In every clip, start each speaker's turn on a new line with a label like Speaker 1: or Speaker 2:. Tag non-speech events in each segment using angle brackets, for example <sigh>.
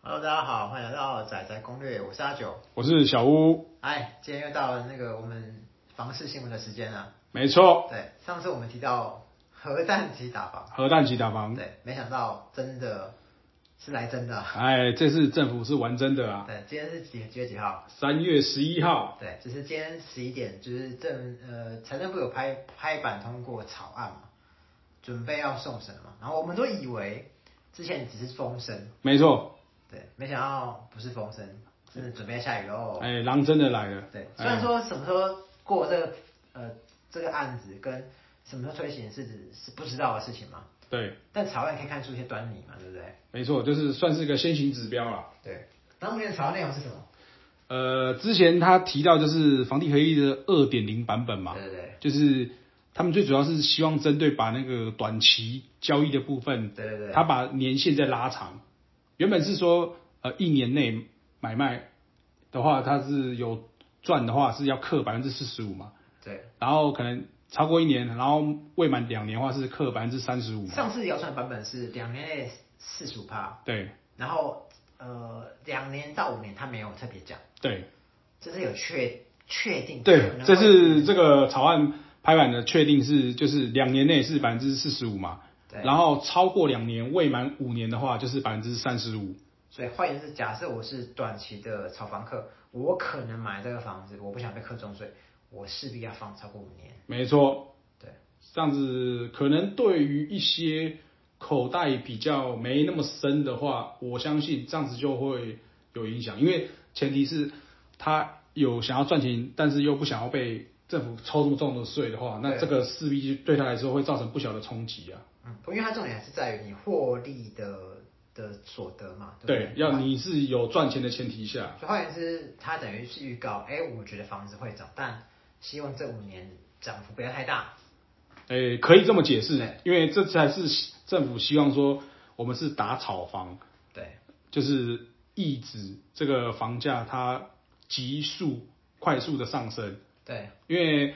Speaker 1: Hello，大家好，欢迎来到仔仔攻略，我是阿九。
Speaker 2: 我是小屋，
Speaker 1: 哎，今天又到了那个我们房事新闻的时间了。
Speaker 2: 没错，
Speaker 1: 对，上次我们提到核弹级打房，
Speaker 2: 核弹级打房。
Speaker 1: 对，没想到真的是来真的啊。
Speaker 2: 哎，这次政府是玩真的啊！
Speaker 1: 对，今天是几几月几号？
Speaker 2: 三月十一号，
Speaker 1: 对，就是今天十一点，就是政呃财政部有拍拍板通过草案嘛，准备要送审了嘛。然后我们都以为之前只是风声，
Speaker 2: 没错，
Speaker 1: 对，没想到不是风声，真的准备要下雨喽。
Speaker 2: 哎，狼真的来了。
Speaker 1: 哦对，虽然
Speaker 2: 哎，
Speaker 1: 说什么时候过这个呃这个案子跟什么时候推行是指是不知道的事情嘛，
Speaker 2: 对，
Speaker 1: 但草案可以看出一些端倪嘛，对不对？
Speaker 2: 没错，就是算是个先行指标啦。
Speaker 1: 对。那目前草案内容是什么？
Speaker 2: 呃，之前他提到就是房地合一的二点零版本嘛，
Speaker 1: 对对对
Speaker 2: 就是他们最主要是希望针对把那个短期交易的部分，
Speaker 1: 对对对，
Speaker 2: 他把年限再拉长。原本是说，呃，一年内买卖的话，它是有赚的话是要克百分之四十五嘛。
Speaker 1: 对。
Speaker 2: 然后可能超过一年，然后未满两年的话是克百分之三十五。
Speaker 1: 上次谣传版本是两年内四十五趴，
Speaker 2: 对
Speaker 1: 然后呃两年到五年他没有特别讲，
Speaker 2: 对
Speaker 1: 这是有确确定可
Speaker 2: 对
Speaker 1: 能，会
Speaker 2: 这是这个草案拍板的确定是就是两年内是百分之四十五嘛，
Speaker 1: 对，
Speaker 2: 然后超过两年未满五年的话就是百分之三十五。
Speaker 1: 所以换言之，假设我是短期的炒房客，我可能买这个房子，我不想被课重税，我势必要放超过五年。
Speaker 2: 没错，
Speaker 1: 对，
Speaker 2: 这样子可能对于一些口袋比较没那么深的话，我相信这样子就会有影响，因为前提是他有想要赚钱，但是又不想要被政府抽这么重的税的话，那
Speaker 1: 对
Speaker 2: 这个势必对他来说会造成不小的冲击啊。
Speaker 1: 嗯，因为它重点还是在于你获利的的所得嘛，对不
Speaker 2: 对
Speaker 1: 啊对？，
Speaker 2: 要你是有赚钱的前提下，
Speaker 1: 所以换言之，它等于是预告，哎，我觉得房子会涨，但希望这五年涨幅不要太大。
Speaker 2: 诶，可以这么解释
Speaker 1: 对，
Speaker 2: 因为这才是政府希望说我们是打炒房。
Speaker 1: 对，
Speaker 2: 就是抑制这个房价它急速快速的上升，
Speaker 1: 对，
Speaker 2: 因为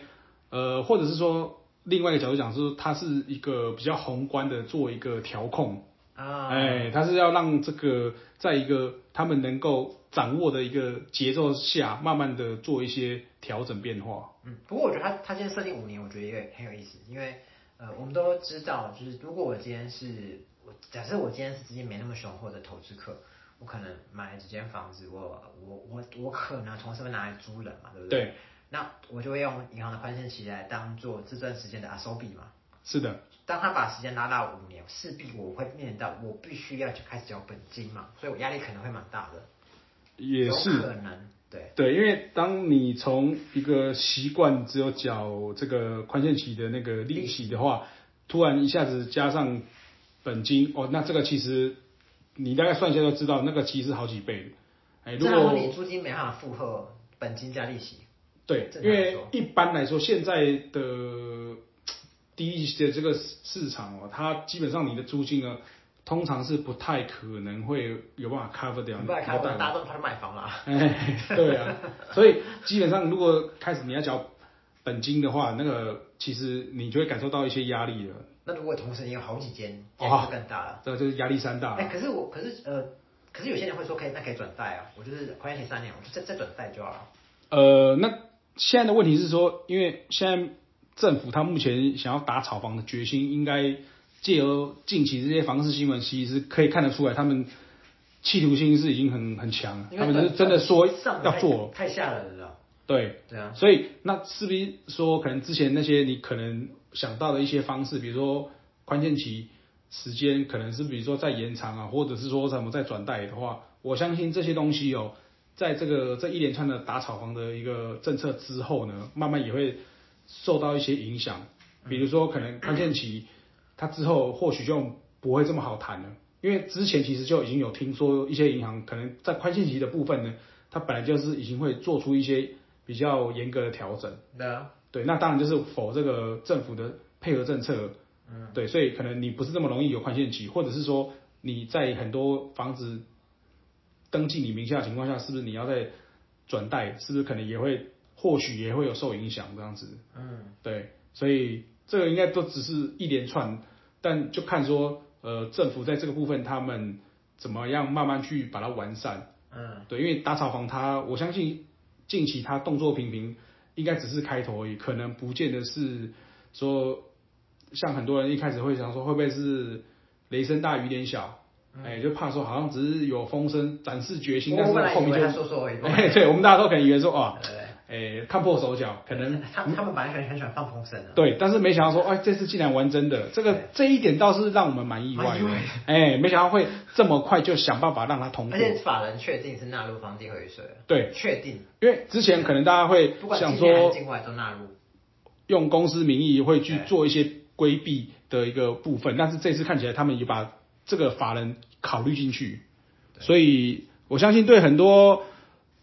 Speaker 2: 呃，或者是说另外一个角度讲，是它是一个比较宏观的做一个调控，
Speaker 1: 啊，
Speaker 2: 哎、它是要让这个在一个他们能够掌握的一个节奏下，慢慢的做一些调整变化。
Speaker 1: 嗯，不过我觉得他他现在设定五年，我觉得也很有意思，因为呃，我们都知道，就是如果我今天是我假设我今天是资金没那么雄厚的投资客，我可能买几间房子，我我我我可能从身边拿来租人嘛，对不对？
Speaker 2: 对，
Speaker 1: 那我就会用银行的宽限期来当做这段时间的阿收比嘛。
Speaker 2: 是的，
Speaker 1: 当他把时间拉到五年，势必我会面临到我必须要去开始缴本金嘛，所以我压力可能会蛮大的，
Speaker 2: 也
Speaker 1: 有
Speaker 2: 是
Speaker 1: 可能对
Speaker 2: 对，因为当你从一个习惯只有缴这个宽限期的那个利息的话，突然一下子加上本金，哦，那这个其实你大概算一下就知道，那个其实是好几倍的。哎，
Speaker 1: 这
Speaker 2: 如
Speaker 1: 样说
Speaker 2: 果
Speaker 1: 你租金没办法负荷本金加利息。
Speaker 2: 对，
Speaker 1: 正
Speaker 2: 因
Speaker 1: 常来
Speaker 2: 为
Speaker 1: 说
Speaker 2: 一般来说现在的第一的这个市市场哦，它基本上你的租金呢，通常是不太可能会有办法 cover 掉你
Speaker 1: 不
Speaker 2: 的
Speaker 1: 然看我
Speaker 2: 贷
Speaker 1: 们大
Speaker 2: 款。
Speaker 1: 家都跑去买房了 <laughs> 啊。
Speaker 2: 哎，对啊，所以基本上如果开始你要缴本金的话，那个其实你就会感受到一些压力了，
Speaker 1: 那如果同时你有好几间，
Speaker 2: 哇
Speaker 1: 压力就更大了。
Speaker 2: 这就是压力山哦大
Speaker 1: 哎、。可是我，可是呃，可是有些人会说可以，那可以转贷啊。我就是宽限期三年，我就再再转贷就好了。
Speaker 2: 呃，那现在的问题是说，因为现在政府他目前想要打炒房的决心，应该借由近期这些房市新闻，其实可以看得出来，他们企图心是已经很很强了，
Speaker 1: 因
Speaker 2: 他
Speaker 1: 为
Speaker 2: 们是真的说
Speaker 1: 上
Speaker 2: 要做，
Speaker 1: 太太吓人了。
Speaker 2: 对。
Speaker 1: 对啊，
Speaker 2: 所以那是不是说，可能之前那些你可能想到的一些方式，比如说宽限期时间，可能是比如说再延长啊，或者是说什么再转贷的话，我相信这些东西哦，在这个这一连串的打炒房的一个政策之后呢，慢慢也会受到一些影响，比如说可能宽限期，它之后或许就不会这么好谈了。因为之前其实就已经有听说一些银行可能在宽限期的部分呢，它本来就是已经会做出一些比较严格的调整。
Speaker 1: 对啊，
Speaker 2: 对，那当然就是否这个政府的配合政策，嗯，对，所以可能你不是那么容易有宽限期，或者是说你在很多房子登记你名下的情况下，是不是你要在转贷，是不是可能也会或许也会有受影响这样子？嗯，对，所以这个应该都只是一连串，但就看说呃政府在这个部分他们怎么样慢慢去把它完善。
Speaker 1: 嗯，
Speaker 2: 对，因为打草房它，我相信近期它动作频频，应该只是开头而已，可能不见得是说像很多人一开始会想说会不会是雷声大雨点小，哎、就怕说好像只是有风声展示决心，但
Speaker 1: 嗯我
Speaker 2: 是
Speaker 1: 我本来
Speaker 2: 后
Speaker 1: 以
Speaker 2: 面
Speaker 1: 为
Speaker 2: 就
Speaker 1: 他说
Speaker 2: <laughs>
Speaker 1: 说而已，
Speaker 2: 哎，对我们大家都可能以为说啊，
Speaker 1: 对
Speaker 2: 哎、看破手脚，可能
Speaker 1: 呃他他们本来很很喜欢放风声的，
Speaker 2: 对，但是没想到说，哎，这次竟然玩真的，这个这一点倒是让我们蛮意外
Speaker 1: 蛮意
Speaker 2: 的
Speaker 1: 外的，
Speaker 2: 哎，没想到会这么快就想办法让它通
Speaker 1: 而，
Speaker 2: 过
Speaker 1: 且法人确定是纳入房地合一税了，
Speaker 2: 对，
Speaker 1: 确定，
Speaker 2: 因为之前可能大家会
Speaker 1: 不管
Speaker 2: 想
Speaker 1: 境内还
Speaker 2: 说
Speaker 1: 是，境外都纳入，
Speaker 2: 用公司名义会去
Speaker 1: 对
Speaker 2: 做一些规避的一个部分，但是这次看起来他们也把这个法人考虑进去，所以我相信对很多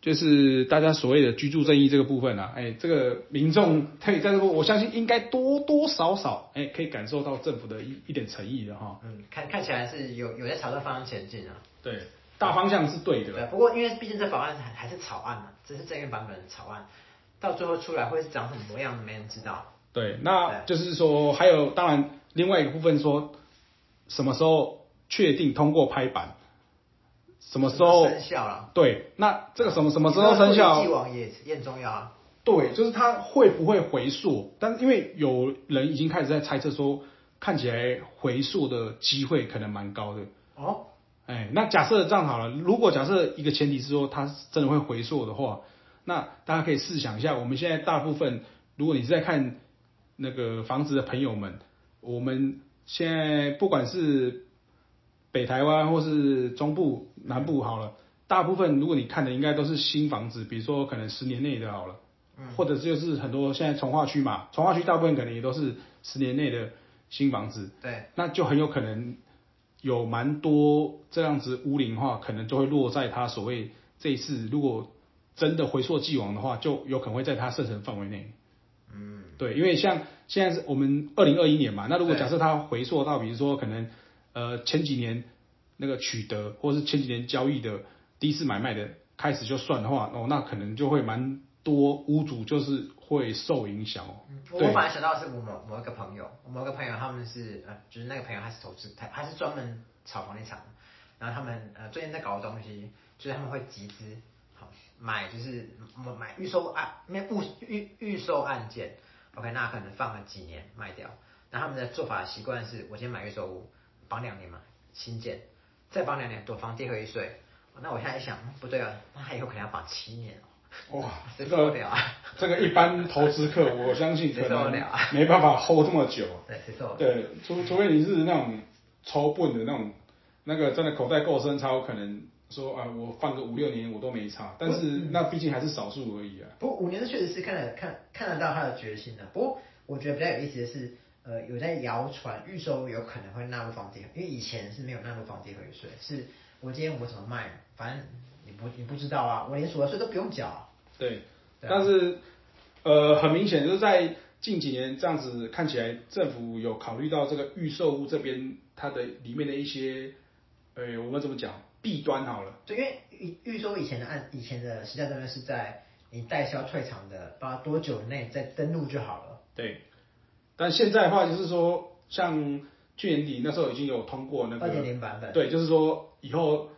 Speaker 2: 就是大家所谓的居住正义这个部分啊，哎，这个民众可以在这个，我相信应该多多少少哎可以感受到政府的一一点诚意的哈。
Speaker 1: 嗯，看看起来是有有在朝着方向前进啊。
Speaker 2: 对，大方向是对的。
Speaker 1: 呃对，不过因为毕竟这法案还还是草案嘛，这是正院版本的草案，到最后出来会是长什么模样，没人知道。
Speaker 2: 对，那就是说，还有当然另外一个部分说，什么时候确定通过拍板，什么时候
Speaker 1: 生效了？
Speaker 2: 对，那这个什么什么时候生哦效
Speaker 1: 既？往也也很重要啊。
Speaker 2: 对，就是它会不会回溯？但是因为有人已经开始在猜测说，看起来回溯的机会可能蛮高的。
Speaker 1: 哦，
Speaker 2: 哎，那假设这样好了，如果假设一个前提是说它真的会回溯的话，那大家可以试想一下，我们现在大部分，如果你是在看那个房子的朋友们，我们现在不管是北台湾或是中部、南部好了，大部分如果你看的应该都是新房子，比如说可能十年内的好了，或者就是很多现在从化区嘛，从化区大部分可能也都是十年内的新房子。
Speaker 1: 对，
Speaker 2: 那就很有可能有蛮多这样子污名化，可能就会落在他所谓这一次如果真的回溯既往的话，就有可能会在他射程范围内。嗯，对，因为像现在是我们二零二一年嘛，那如果
Speaker 1: 对
Speaker 2: 假设他回溯到比如说可能呃前几年那个取得，或是前几年交易的第一次买卖的开始就算的话，哦，那可能就会蛮多屋主就是会受影响哦。
Speaker 1: 嗯我
Speaker 2: 对
Speaker 1: 我本来想到的是我某某一个朋友，我某一个朋友他们是呃，就是那个朋友他是投资，他他是专门炒房地产的，然后他们呃最近在搞的东西就是他们会集资，好买就是买买预售案，没不预预售案件，OK，那可能放了几年卖掉，那他们的做法习惯是，我先买预售屋，绑两年嘛，新建，再绑两年躲房地合一税，那我现在一想嗯不对啊，那他以后可能要绑七年哦， <laughs>
Speaker 2: 哇
Speaker 1: 谁受得了啊？
Speaker 2: <laughs> 这个一般投资客，我相信可
Speaker 1: 谁受得
Speaker 2: 能
Speaker 1: 了啊
Speaker 2: 没办法 hold 这么久。
Speaker 1: 对，谁受得了？
Speaker 2: 对，除除非你是那种超笨的那种，那个真的口袋够深，才有可能说啊，我放个五六年我都没差。但是
Speaker 1: 嗯
Speaker 2: 那毕竟还是少数而已啊。
Speaker 1: 不过五年确实是看得看看得到他的决心的、不过我觉得比较有意思的是，呃，有在谣传预售有可能会纳入房地合，因为以前是没有纳入房地合税，是我今天我怎么卖，反正你不你不知道啊，我连所得税都不用缴啊、
Speaker 2: 对，
Speaker 1: 对啊
Speaker 2: 但是呃，很明显就是在近几年这样子看起来，政府有考虑到这个预售屋这边它的里面的一些，呃，我们怎么讲弊端好了。
Speaker 1: 对，因为预预售以前的按以前的时代段落是在你代销退场的，不知道多久内再登录就好了。
Speaker 2: 对，但现在的话就是说，像去年底那时候已经有通过那
Speaker 1: 二点
Speaker 2: 个，
Speaker 1: 零版本，
Speaker 2: 对，就是说以后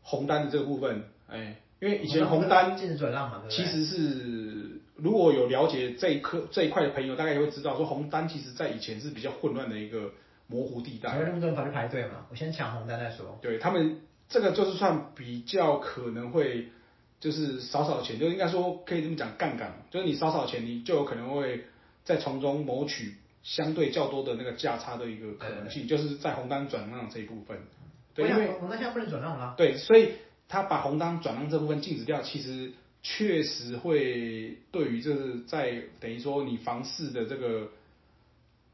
Speaker 2: 红单的这个部分，哎，因为以前红单
Speaker 1: 禁止转让嘛，对不对？
Speaker 2: 其实是如果有了解这一科这一块的朋友，大概也会知道说红单其实在以前是比较混乱的一个模糊地
Speaker 1: 才会
Speaker 2: 带，
Speaker 1: 那么多人跑去排队嘛，我先抢红单再说。
Speaker 2: 对他们这个就是算比较可能会。就是少少钱，就应该说可以这么讲杠杆，就是你少少钱，你就有可能会在从中谋取相对较多的那个价差的一个可能性，就是在红单转让这一部分。对，
Speaker 1: 我
Speaker 2: 因
Speaker 1: 想
Speaker 2: 为
Speaker 1: 红单现在不能转让了啊。
Speaker 2: 对，所以他把红单转让这部分禁止掉，其实确实会对于就是在等于说你房市的这个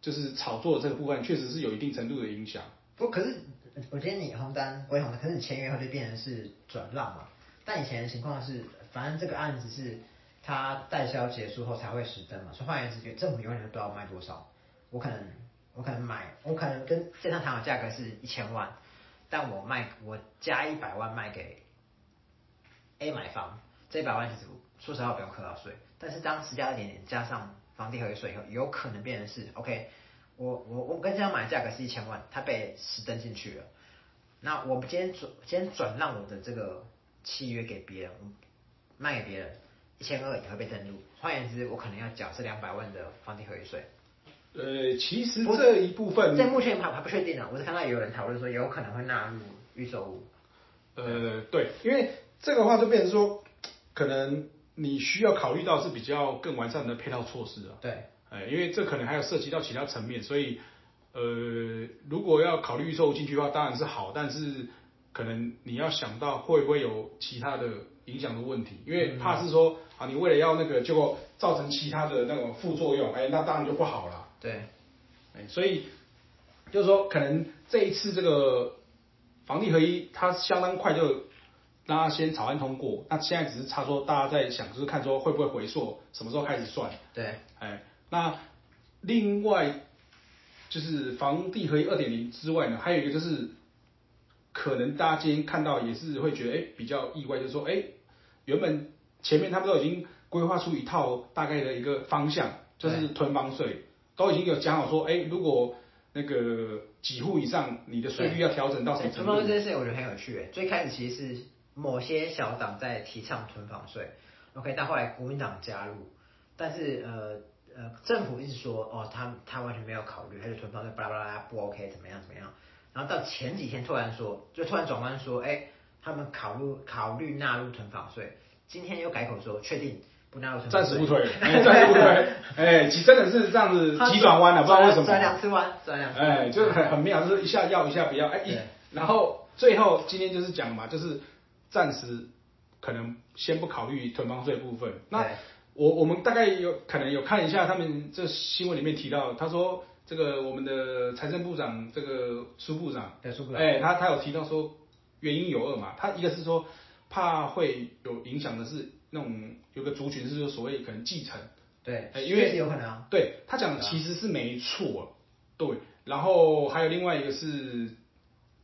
Speaker 2: 就是炒作的这个部分，确实是有一定程度的影响。
Speaker 1: 不，可是呃我觉得你红单归红单，可是你签约后就变成是转让嘛。但以前的情况是，反正这个案子是它代销结束后才会实登嘛，所以换言之，政府永远都不知道我卖多少。我可能我可能买，我可能跟线上谈好价格是一千万，但我卖我加一百万卖给 A 买方，这一百万其实说实话不用课到税，但是当实价二点零加上房地合一税以后，有可能变成是 OK，我我我跟这样买的价格是一千万，他被实登进去了，那我今天转今天转让我的这个契约给别人，我卖给别人一千二也会被登录。换言之，我可能要缴这两百万的房地合一税。
Speaker 2: 呃，其实
Speaker 1: 不
Speaker 2: 这一部分，
Speaker 1: 在目前还还不确定啊呢，我是看到有人讨论说有可能会纳入预售屋。
Speaker 2: 呃，对，因为这个话就变成说，可能你需要考虑到是比较更完善的配套措施啊。
Speaker 1: 对，
Speaker 2: 哎，因为这可能还有涉及到其他层面，所以呃，如果要考虑预售进去的话，当然是好，但是可能你要想到会不会有其他的影响的问题，
Speaker 1: 嗯
Speaker 2: 因为怕是说、啊，你为了要那个，结果造成其他的那种副作用，哎，那当然就不好了。
Speaker 1: 对，
Speaker 2: 哎，所以就是说，可能这一次这个房地合一，它相当快就让它先草案通过，那现在只是差说大家在想，就是看说会不会回溯，什么时候开始算。
Speaker 1: 对，
Speaker 2: 哎，那另外就是房地合一二点零之外呢，还有一个就是，可能大家今天看到也是会觉得哎、比较意外，就是说哎、原本前面他们都已经规划出一套大概的一个方向，就是囤房税，都已经有讲好说哎、如果那个几户以上，你的税率要调整到什么
Speaker 1: 囤
Speaker 2: 程
Speaker 1: 房
Speaker 2: 度
Speaker 1: 税？这件事情我觉得很有趣耶。最开始其实是某些小党在提倡囤房税，OK，但后来国民党加入，但是呃呃，政府一直说哦，他他完全没有考虑，他就囤房税巴拉巴拉不 OK，怎么样怎么样。然后到前几天突然说，就突然转弯说，哎，他们考虑考虑纳入囤房税，今天又改口说确定不纳入囤房税，
Speaker 2: 暂时不推，
Speaker 1: <laughs>
Speaker 2: 哎，暂时不推，哎，其真的是这样子急转弯了，不知道为什么。
Speaker 1: 转两次弯，转两次弯。
Speaker 2: 哎，就是很很妙，就是一下要一下不要，哎，一
Speaker 1: 对
Speaker 2: 然后最后今天就是讲嘛，就是暂时可能先不考虑囤房税部分。那
Speaker 1: 对
Speaker 2: 我我们大概有可能有看一下他们这新闻里面提到，他说这个我们的财政部长这个苏部长，
Speaker 1: 对苏部长
Speaker 2: 哎，他他有提到说原因有二嘛，他一个是说怕会有影响的是那种有个族群是说所谓可能继承。
Speaker 1: 对
Speaker 2: 哎，因为
Speaker 1: 确实有可能啊，
Speaker 2: 对他讲的其实是没错，对。然后还有另外一个是，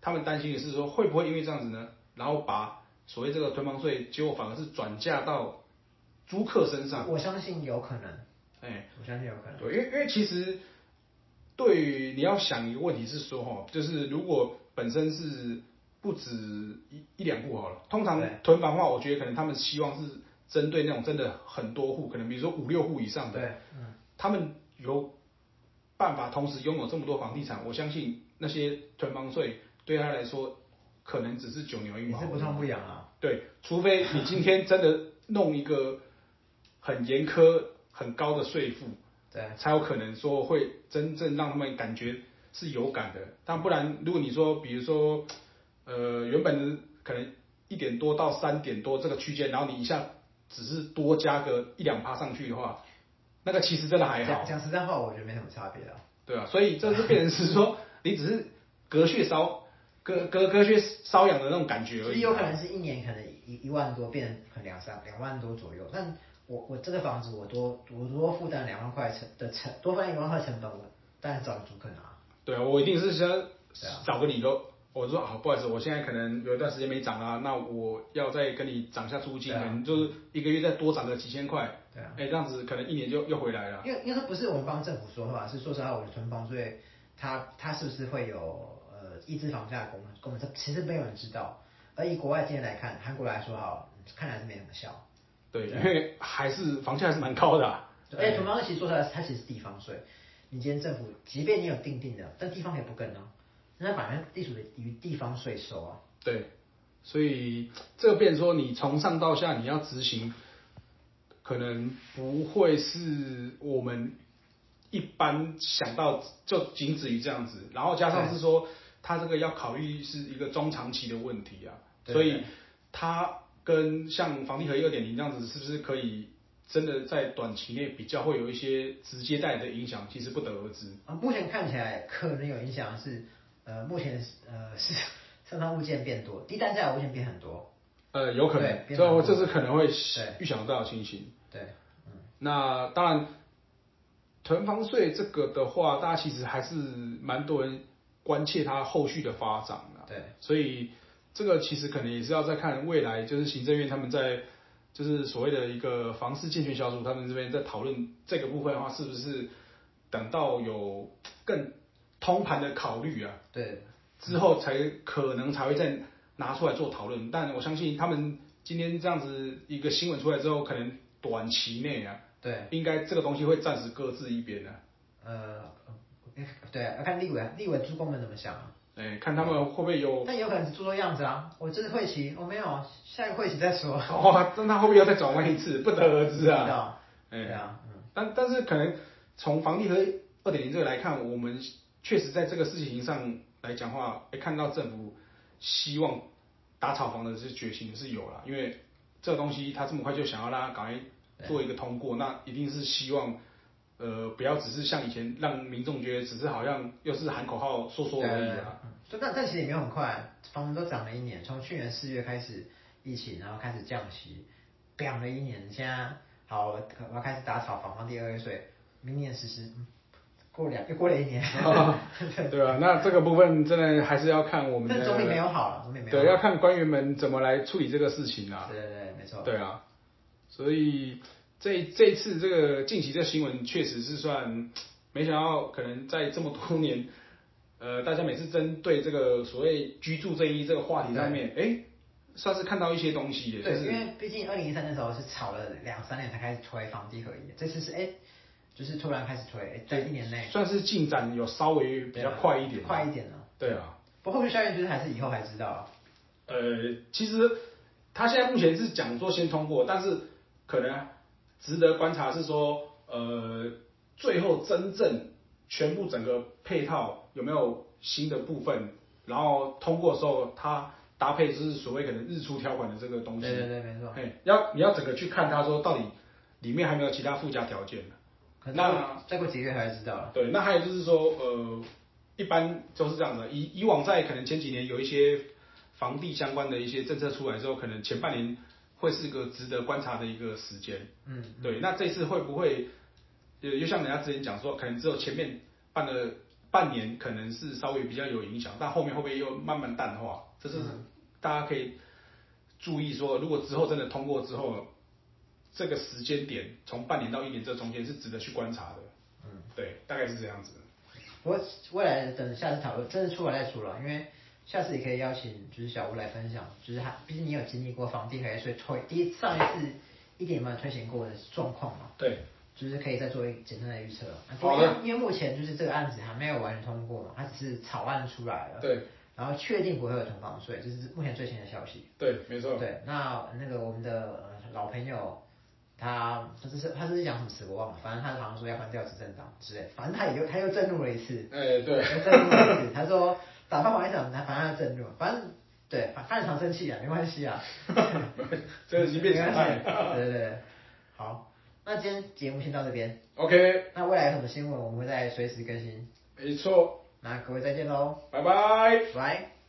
Speaker 2: 他们担心的是说会不会因为这样子呢，然后把所谓这个囤房税，结果反而是转嫁到租客身上。
Speaker 1: 我相信有可能，
Speaker 2: 哎，
Speaker 1: 我相信啊有可能。
Speaker 2: 对，因为因为其实对于你要想一个问题是说哈，就是如果本身是不止一一两户好了，通常
Speaker 1: 对
Speaker 2: 囤房的话，我觉得可能他们希望是针对那种真的很多户，可能比如说五六户以上的。
Speaker 1: 对，
Speaker 2: 嗯他们有办法同时拥有这么多房地产，我相信那些囤房税对他来说可能只是九牛一
Speaker 1: 也
Speaker 2: 毛
Speaker 1: 是。不痛不痒啊。
Speaker 2: 对，除非你今天真的弄一个很严苛、很高的税负，
Speaker 1: 对，
Speaker 2: 才有可能说会真正让他们感觉是有感的。但不然，如果你说，比如说，呃，原本可能一点多到三点多这个区间，然后你一下只是多加个一两趴上去的话，那个其实真的还好
Speaker 1: 讲。讲实在话，我觉得没什么差别啊。
Speaker 2: 对啊，所以这是变成是说，你只是隔靴搔隔隔隔靴搔痒的那种感觉而
Speaker 1: 就是
Speaker 2: 已。啊
Speaker 1: 有可能是一年可能一一万多变成可能两三两万多左右，但我我这个房子我多我多负担两万块成的成多分一万块成本，我当然找租客拿。
Speaker 2: 对啊，我一定是先
Speaker 1: 对啊
Speaker 2: 找个理由。我说啊好，不好意思，我现在可能有一段时间没涨啊，那我要再跟你涨一下租金，
Speaker 1: 对啊
Speaker 2: 可能就是一个月再多涨个几千块，
Speaker 1: 对啊，
Speaker 2: 哎，这样子可能一年就又回来了。
Speaker 1: 因为因为这不是我们帮政府说话，是说实话，我的囤房税它它是不是会有呃抑制房价的功能功能？这其实没有人知道。而以国外经验来看，韩国来说好了，看来是没什么效。
Speaker 2: 对，因为还是房价还是蛮高的啊、
Speaker 1: 啊对而且囤房税其实说出来，它其实是地方税。你今天政府，即便你有定定的，但地方也不跟哦，那反正地属于地方税收啊。
Speaker 2: 对，所以这个变成说你从上到下你要执行，可能不会是我们一般想到就仅止于这样子，然后加上是说他这个要考虑是一个中长期的问题啊，
Speaker 1: 对
Speaker 2: 所以它跟像房地合一二点零这样子，是不是可以真的在短期内比较会有一些直接带来的影响，其实不得而知。
Speaker 1: 啊，目前看起来可能有影响是，呃，目前呃是上当物件变多，低单价的物件变很多。
Speaker 2: 呃，有可能，
Speaker 1: 对
Speaker 2: 这我这是可能会
Speaker 1: 对
Speaker 2: 预想到的情形。
Speaker 1: 对，
Speaker 2: 嗯那当然，囤房税这个的话，大家其实还是蛮多人关切它后续的发展的、
Speaker 1: 对，
Speaker 2: 所以这个其实可能也是要再看未来，就是行政院他们在就是所谓的一个房市健全小组，他们这边在讨论这个部分的话，是不是等到有更通盘的考虑啊，
Speaker 1: 对，
Speaker 2: 之后才可能才会再拿出来做讨论。但我相信他们今天这样子一个新闻出来之后，可能短期内啊，
Speaker 1: 对，
Speaker 2: 应该这个东西会暂时搁置一边的、啊。
Speaker 1: 呃，呃对啊，要看立委啊，立委诸公们怎么想啊？
Speaker 2: 哎，看他们会不会有
Speaker 1: 但有可能是做做样子啊。我这是会期，我、没有啊，下一个会期再说。
Speaker 2: 哇，哦那他会不会又再转弯一次？不得而知啊。
Speaker 1: 啊，
Speaker 2: 哎
Speaker 1: 对，啊，嗯
Speaker 2: 但但是可能从房地合二点零这个来看，我们确实在这个事情上来讲话，哎，看到政府希望打炒房的是决心是有了，因为这个东西他这么快就想要让它赶
Speaker 1: 哎
Speaker 2: 快做一个通过，那一定是希望呃不要只是像以前让民众觉得只是好像又是喊口号说哦说而已
Speaker 1: 对
Speaker 2: 啊。
Speaker 1: 嗯所以但但其实也没有很快，房子都涨了一年，从去年四月开始疫情，然后开始降息，涨了一年，现在好，我我要开始打炒房房第二个税，明年实施，嗯过两又过了一年， <laughs>
Speaker 2: 对啊，那这个部分真的还是要看 <laughs> 我们
Speaker 1: 但总比没
Speaker 2: 的啊
Speaker 1: 有好了，总比没有
Speaker 2: 对，
Speaker 1: 好
Speaker 2: 要看官员们怎么来处理这个事情啊。
Speaker 1: 对对对，没错，
Speaker 2: 对啊，所以这这一次这个近期这新闻确实是算，没想到可能在这么多年，呃，大家每次针对这个所谓居住正义这个话题上面，哎、算是看到一些东西耶，就
Speaker 1: 对，因
Speaker 2: 是
Speaker 1: 为毕竟二零一三那时候是炒了两三年才开始推房地合一，这次是哎、就是突然开始推，哎在一年内
Speaker 2: 算是进展有稍微比较快一点，
Speaker 1: 快一点了。
Speaker 2: 对啊，
Speaker 1: 不过后续效应就是还是以后才知道啊。
Speaker 2: 呃，其实他现在目前是讲说先通过，但是可能值得观察是说，呃，最后真正全部整个配套有没有新的部分，然后通过的时候，它搭配就是所谓可能日出条款的这个东西，
Speaker 1: 对对对，没错。
Speaker 2: 嘿要你要整个去看它说到底里面还没有其他附加条件。
Speaker 1: 可能再
Speaker 2: 那
Speaker 1: 过再过几个月才知道了。
Speaker 2: 对，那还有就是说，呃，一般都是这样的。啊以以往在可能前几年有一些房地相关的一些政策出来之后，可能前半年会是个值得观察的一个时间。
Speaker 1: 嗯，
Speaker 2: 对，那这次会不会，呃，就像人家之前讲说，可能只有前面半个半年可能是稍微比较有影响，但后面会不会又慢慢淡化？这是
Speaker 1: 嗯
Speaker 2: 大家可以注意说，如果之后真的通过之后，这个时间点从半年到一年这中间是值得去观察的。嗯，对，大概是这样子。
Speaker 1: 不过未来等下次讨论，真的出来再说了，因为下次也可以邀请就是小吴来分享，就是他，毕竟你有经历过房地产税推第一上一次一点有没有推行过的状况嘛，
Speaker 2: 对，
Speaker 1: 就是可以再做一个简单的预测。啊不
Speaker 2: 好
Speaker 1: 过
Speaker 2: 的
Speaker 1: 因为因为目前就是这个案子还没有完全通过嘛，它只是草案出来了，
Speaker 2: 对，
Speaker 1: 然后确定不会有囤房税，这是目前最新的消息。
Speaker 2: 对，
Speaker 1: <laughs>
Speaker 2: 没错。 <laughs>
Speaker 1: 对，那那个我们的呃老朋友，他他这是他这是讲什么词我忘了，反正他好像说要换掉执政党之类，反正他也又他又震怒了一次，
Speaker 2: 哎、对，
Speaker 1: 又震怒了一次，他说打翻王一场，他反正他震怒，反正对，反正很常生气啊，没关系啊，
Speaker 2: <laughs> 这个已经变常态
Speaker 1: 没关系对对对，好，那今天节目先到这边，
Speaker 2: <laughs> OK，
Speaker 1: 那未来有什么新闻我们会再随时更新，
Speaker 2: 没错，
Speaker 1: 那各位再见喽，
Speaker 2: 拜拜。
Speaker 1: 拜。